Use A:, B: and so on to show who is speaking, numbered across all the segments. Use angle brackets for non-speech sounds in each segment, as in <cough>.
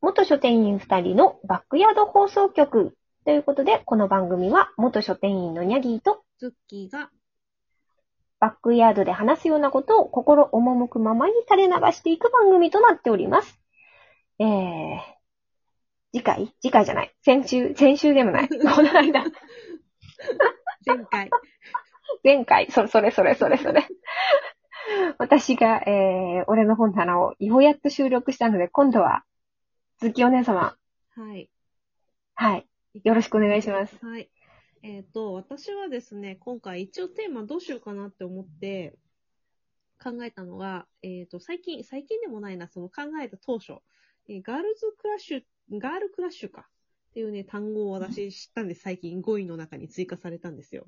A: 元書店員2人のバックヤード放送局ということで、この番組は元書店員のニャギーと
B: ズッキーが、
A: バックヤードで話すようなことを心赴くままに垂れ流していく番組となっております。えー、次回次回じゃない。先週、先週でもない。この間、
B: 前回、
A: 前回、それそれそれそれそれ。私が、えー、俺の本棚をようやっと収録したので、今度は、月お姉様、
B: はい。
A: はい、よろしくお願いします。
B: はい。えっ、と、私はですね、今回一応テーマどうしようかなって思って、考えたのが、えっ、と、最近、最近でもないな、その考えた当初、えーガールズクラッシュ、ガールクラッシュか。っていうね、単語を私知ったんです。最近5位の中に追加されたんですよ。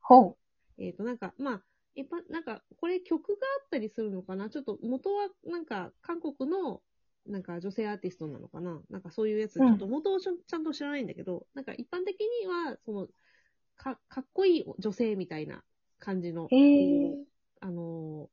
A: ほう。
B: えっ、と、なんか、まあ、やっぱ、なんか、これ曲があったりするのかなちょっと元は、なんか、韓国の、なんか女性アーティストなのかななんかそういうやつ、ち
A: うん
B: ょっと元をちょちゃんと知らないんだけど、なんか一般的には、その、か、かっこいい女性みたいな感じの、
A: へー
B: あの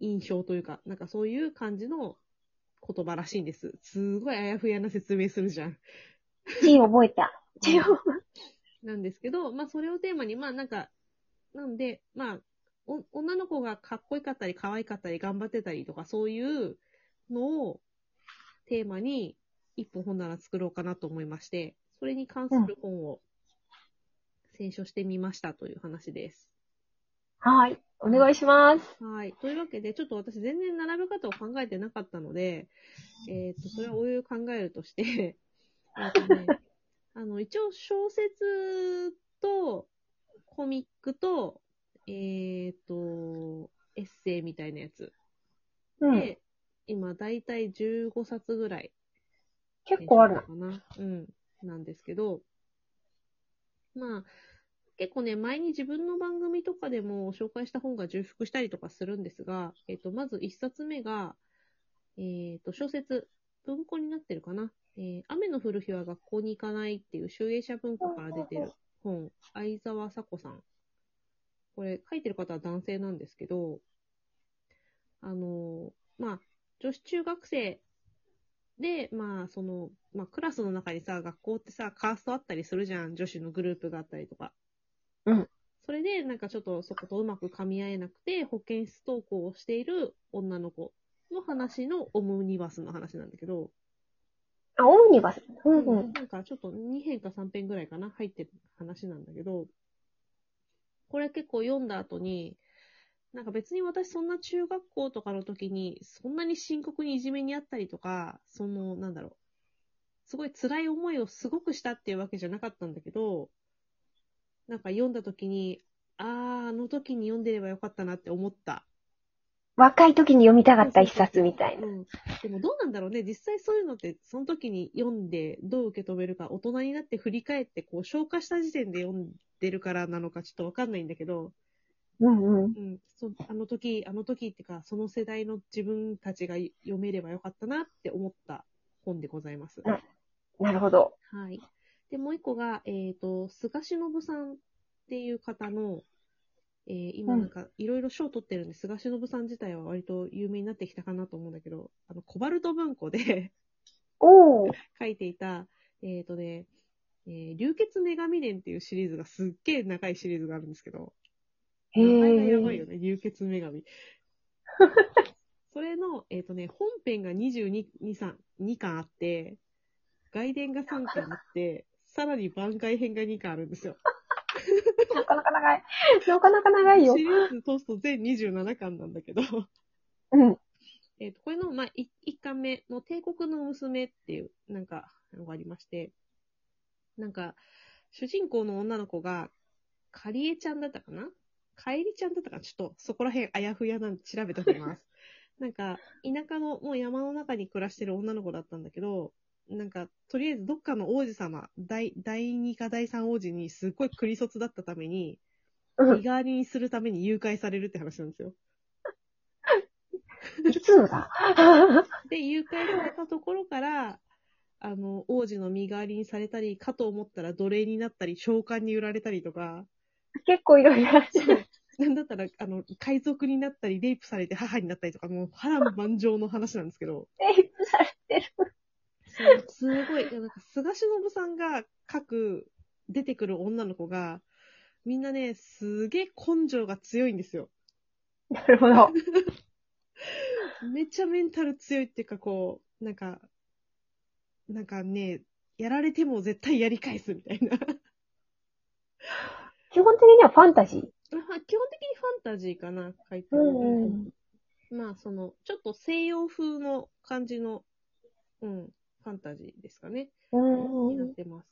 B: ー印象というか、なんかそういう感じの言葉らしいんです。すごいあやふやな説明するじゃん。
A: 地覚えた。地を。
B: <laughs> なんですけど、まあそれをテーマに、まあなんか、なんで、まあ、お女の子がかっこよかったり、可愛かったり、頑張ってたりとか、そういうのをテーマに、一本本なら作ろうかなと思いまして、それに関する本を選書してみましたという話です。
A: はい。お願いします。
B: はい。というわけで、ちょっと私全然並べ方を考えてなかったので、えっ、と、それはお湯考えるとして、 <laughs> えっとね、あの、一応小説とコミックと、えっ、と、エッセイみたいなやつ
A: う
B: で、
A: ん。
B: 今だいたい15冊ぐらい
A: 結構あるな。
B: かな。うん。なんですけど、まあ、結構ね、前に自分の番組とかでも紹介した本が重複したりとかするんですが、えっ、と、まず一冊目が、えっ、と、小説、文庫になってるかな。えー雨の降る日は学校に行かないっていう、集英社文庫から出てる本、相沢佐子さん。これ、書いてる方は男性なんですけど、あのーまあ、女子中学生で、まあ、その、まあ、クラスの中にさ、学校ってさ、カーストあったりするじゃん。女子のグループがあったりとか。
A: うん。
B: それで、なんかちょっとそことうまく噛み合えなくて、保健室登校をしている女の子の話のオムニバスの話なんだけど、
A: あ、オムニバス。うんうん。
B: なんかちょっと2編か3編ぐらいかな、入ってる話なんだけど、これ結構読んだ後に、なんか別に私そんな中学校とかの時に、そんなに深刻にいじめにあったりとか、その、なんだろう、すごい辛い思いをすごくしたっていうわけじゃなかったんだけど、なんか読んだ時に、あー、あの時に読んでればよかったなって思った。
A: 若い時に読みたかった一冊みたいな。
B: うん。でもどうなんだろうね。実際そういうのって、その時に読んで、どう受け止めるか、大人になって振り返って、こう、消化した時点で読んでるからなのか、ちょっとわかんないんだけど、
A: うんうん。
B: うん。そあの時、あの時ってか、その世代の自分たちが読めればよかったなって思った本でございます。
A: うんなるほど。
B: はい。で、もう一個が、えっ、と、菅忍さんっていう方の、えー今
A: うん
B: なんか、いろいろ賞を取ってるんで、菅忍さん自体は割と有名になってきたかなと思うんだけど、あの、コバルト文庫で <laughs>
A: おー。
B: 書いていた、えっ、とね、えー流血女神伝っていうシリーズがすっげえ長いシリーズがあるんですけど、
A: へ
B: 名前がやばい
A: ー
B: よ。ね、流血女
A: <laughs>
B: 神。それの、えっ、とね、本編が22、2、3 2巻あって、外伝が3巻あって、さらに番外編が2巻あるんですよ。
A: なかなか長い。なかなか長いよ
B: シ。リーズ通すと全27巻なんだけど、
A: うん。
B: えっと、これの、まあ、1巻目の帝国の娘っていう、なんか、のがありまして、なんか、主人公の女の子が、カリエちゃんだったかなカエリちゃんだったかなちょっと、そこら辺あやふやなんで調べておき
A: <laughs>
B: ます。なんか、田舎の、もう山の中に暮らしてる女の子だったんだけど、なんか、とりあえずどっかの王子様、第、第2か第3王子にすっごいクリソツだったために、
A: うん
B: 身代わりにするために誘拐されるって話なんで
A: <laughs>
B: すよ。
A: いつのだ
B: で、誘拐されたところから、あの、王子の身代わりにされたり、かと思ったら奴隷になったり、召喚に売られたりと <laughs> か、
A: <laughs> 結構いろいろある。
B: なんだったら、あの、海賊になったり、レイプされて母になったりとか、もう波乱万丈の話なんですけど、
A: テイプされてる。
B: すごい、なんか、菅忍さんが書く、出てくる女の子が、みんなね、すげえ根性が強いんですよ。
A: なるほど。
B: めちゃメンタル強いっていうか、こう、なんか、なんかね、やられても絶対やり返すみたいな。
A: 基本的にはファンタジー。
B: まあ基本的にファンタジーかな、書いてあ
A: う
B: る
A: ん
B: のは。
A: うん。
B: まあ、その、ちょっと西洋風の感じの、うん、ファンタジーですかね。
A: うん
B: にな
A: う
B: っ
A: ん。
B: てます。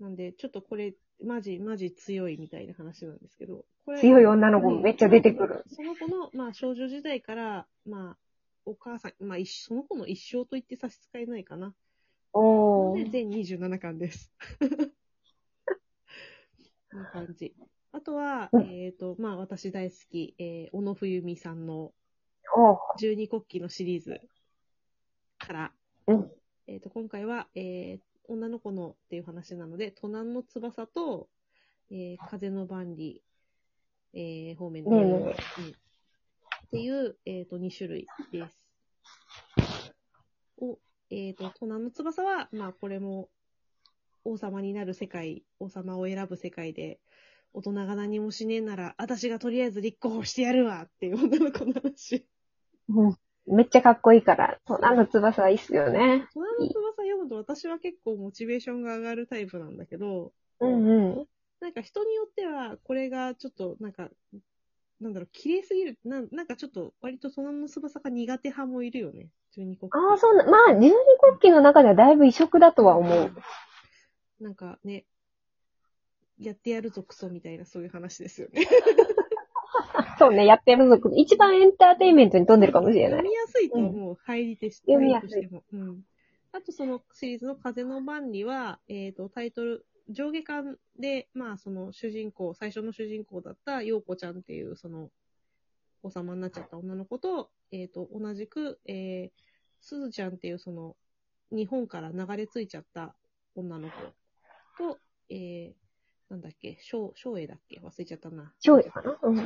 B: なんで、ちょっとこれ、マジ、マジ強いみたいな話なんですけど。これ
A: 強い女の子めっちゃ出てくる。
B: その子の、まあ、少女時代から、まあ、お母さん、まあ、一その子の一生と言って差し支えないかな。
A: お
B: で、
A: ー。
B: 全27巻
A: <laughs>
B: です。こんな感じ。あとは、
A: うん
B: えっ、と、まあ、私大好き、えー、小野冬美さんの
A: おー。
B: 十二国旗のシリーズから、
A: うん
B: えっ、と、今回は、えー女の子のっていう話なので、都南の翼と、えー風の万里、えー方面の、
A: ねえね
B: うんっていう、えっ、と、2種類です。を、えっ、と、都南の翼は、まあ、これも、王様になる世界、王様を選ぶ世界で、大人が何もしねえなら、私がとりあえず立候補してやるわっていう女の子の話。
A: うんめっちゃかっこいいから、空の翼いいっすよね。
B: 空の翼読むと私は結構モチベーションが上がるタイプなんだけど、
A: うんうん。
B: なんか人によってはこれがちょっとなんか、なんだろう、綺麗すぎる。なんなんかちょっと割と空の翼が苦手派もいるよね。12個。
A: ああ、そうな、まあ、十二国旗の中ではだいぶ異色だとは思う。
B: なんかね、やってやるぞクソみたいなそういう話ですよね。
A: そうね、やってるぞ。一番エンターテインメントに飛んでるかもしれない。
B: 読みやすいと思う。入り手し
A: 読みやすい
B: 入りとしても。うん。あとそのシリーズの風の万里は、えっ、と、タイトル、上下巻で、まあその主人公、最初の主人公だった陽子ちゃんっていう、その、王様になっちゃった女の子と、えっ、と、同じく、えー、すずちゃんっていうその、日本から流れ着いちゃった女の子と、えー、なんだっけ、昭英だっけ忘れちゃったな。
A: 上位かなうん。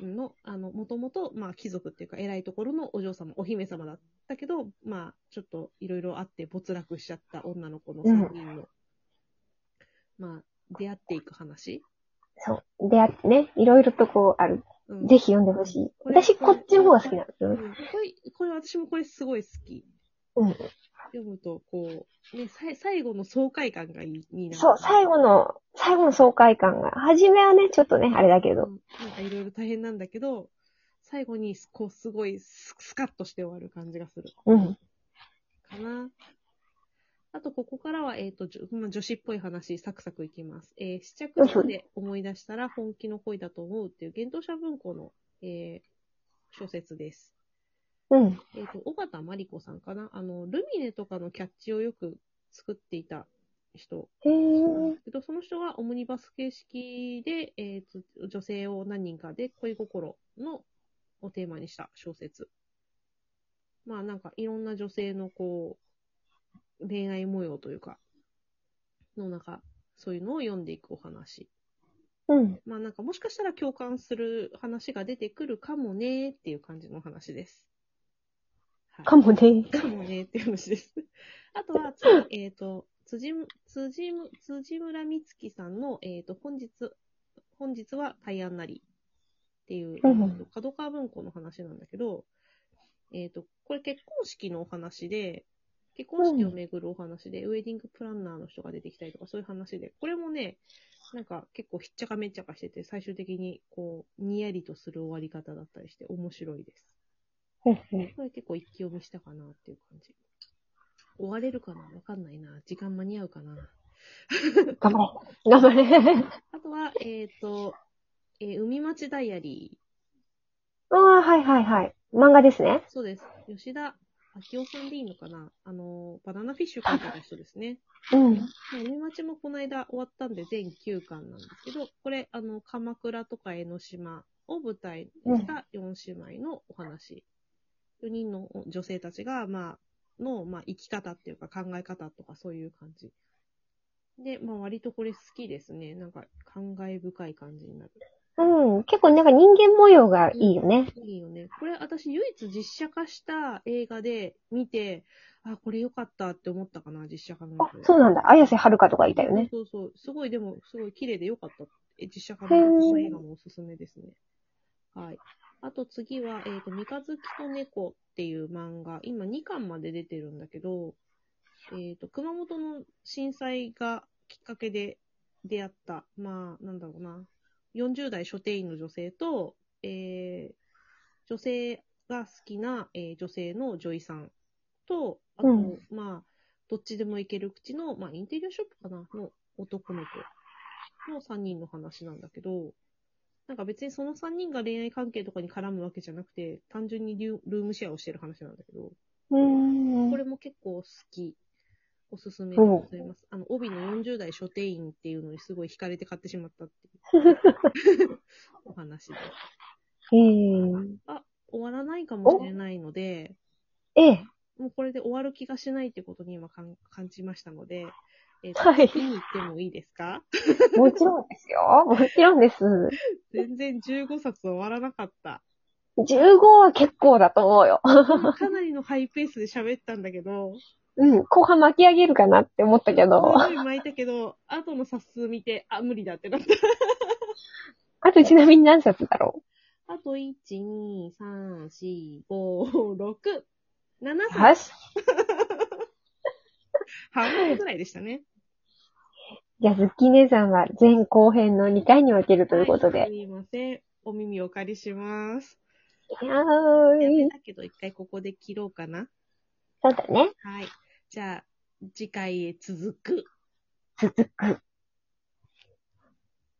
B: の、あの、もともと、まあ、貴族っていうか、偉いところのお嬢様、お姫様だったけど、まあ、ちょっといろいろあって没落しちゃった女の子の3人の、まあ、出会っていく話。
A: そう。で、あってね、いろいろとこうある。
B: うん、
A: ぜひ読んでほしい。
B: これ
A: 私、こっちの方が好きなんです
B: うん
A: よ
B: こ。れ、これ私もこれすごい好き。
A: うん。
B: 読むと、こう、ね、さい最後の爽快感がいいいいな。
A: そう、最後の、最後の爽快感が。初めはね、ちょっとね、あれだけど
B: う。んなんかいろいろ大変なんだけど、最後に、こう、すごいス、スカッとして終わる感じがする。
A: うん。
B: かな。あと、ここからは、えっ、と、じょまあ女子っぽい話、サクサクいきます。えー試着室で思い出したら本気の恋だと思うっていう、幻冬者文庫の、えー小説です。
A: うん。
B: えっ、と、尾形真理子さんかな。あの、ルミネとかのキャッチをよく作っていた人
A: へ
B: なん
A: ー
B: ですけど、その人がオムニバス形式で、えーと、女性を何人かで恋心のをテーマにした小説。まあなんかいろんな女性のこう、恋愛模様というか、の中、そういうのを読んでいくお話。
A: うん。
B: まあなんかもしかしたら共感する話が出てくるかもねーっていう感じの話です。はい
A: かもね。
B: かもねっていう話です。あとは、次、えっ、と、辻む、辻む、辻村美月さんの、えっ、と、本日、本日は対案なりっていう、
A: うん
B: 角川文庫の話なんだけど、えっ、と、これ結婚式のお話で、結婚式をめぐるお話で、ウェディングプランナーの人が出てきたりとか、そういう話で、これもね、なんか結構ひっちゃかめっちゃかしてて、最終的にこう、にやりとする終わり方だったりして、面白いです。
A: うん
B: これ結構一気読みしたかなっていう感じ。終われるかなわかんないな。時間間に合うかな。
A: 頑張れ。頑張れ。 <laughs>
B: あとは、えっ、と、えー海町ダイアリ
A: ああ、はいはいはい。漫画ですね
B: ー。。そうです。吉田明夫さんでいいのかなあのー、バナナフィッシュ書いてた人ですね。
A: うん。
B: もう海町もこの間終わったんで全9巻なんですけど、これ、あの、鎌倉とか江ノ島を舞台にした4姉妹のお話。4人の女性たちが、まあ、の、まあ、生き方っていうか考え方とかそういう感じ。で、まあ、割とこれ好きですね。なんか、感慨深い感じになる。
A: うん。結構なんか人間模様がいいよね。
B: いいよね。これ、私、唯一実写化した映画で見て、あ、これ良かったって思ったかな、実写化のや
A: あ
B: つ。、
A: そうなんだ。綾瀬はるかとかいたよね。
B: そうそうそう。すごい、でも、すごい綺麗で良かった。え実写化
A: へー
B: のこの映画もおすすめですね。はい。あと次は、えっ、と、三日月と猫っていう漫画。今2巻まで出てるんだけど、えっ、と、熊本の震災がきっかけで出会った、まあ、なんだろうな。40代書店員の女性と、えー、女性が好きな、えー女性の女医さんと、あと、
A: うん
B: まあ、どっちでも行ける口の、まあ、インテリアショップかなの男の子の3人の話なんだけど、なんか別にその3人が恋愛関係とかに絡むわけじゃなくて、単純にリュルームシェアをしてる話なんだけど、
A: うーん。
B: これも結構好き。おすすめでございます。あの、帯の40代書店員っていうのにすごい惹かれて買ってしまったっていう
A: <laughs>
B: お話で。
A: えー、
B: 終わらないかもしれないので、
A: ええ。
B: もうこれで終わる気がしないってことに今かん感じましたので、えーと
A: はい
B: 見に行ってもいいですか
A: もちろんですよ。もちろんです。
B: 全然15冊終わらなかった。
A: 15は結構だと思うよ。
B: かなりのハイペースで喋ったんだけど、
A: うん。後半巻き上げるかなって思ったけ
B: す
A: ど。
B: ごい巻いたけど、後の冊数見て、あ、無理だってなった。
A: あとちなみに何冊だろ
B: あと、1、2、3、4、5、6、7
A: う
B: 冊、
A: よし。
B: 半分くらいでしたね。
A: じゃあ、ズッキーネさんは前後編の2回に分けるということで。、
B: はいすいません。お耳お借りします。
A: やーい。
B: だけど、一回ここで切ろうかな。
A: そうだね。
B: はい。じゃあ、次回へ続く。
A: 続く。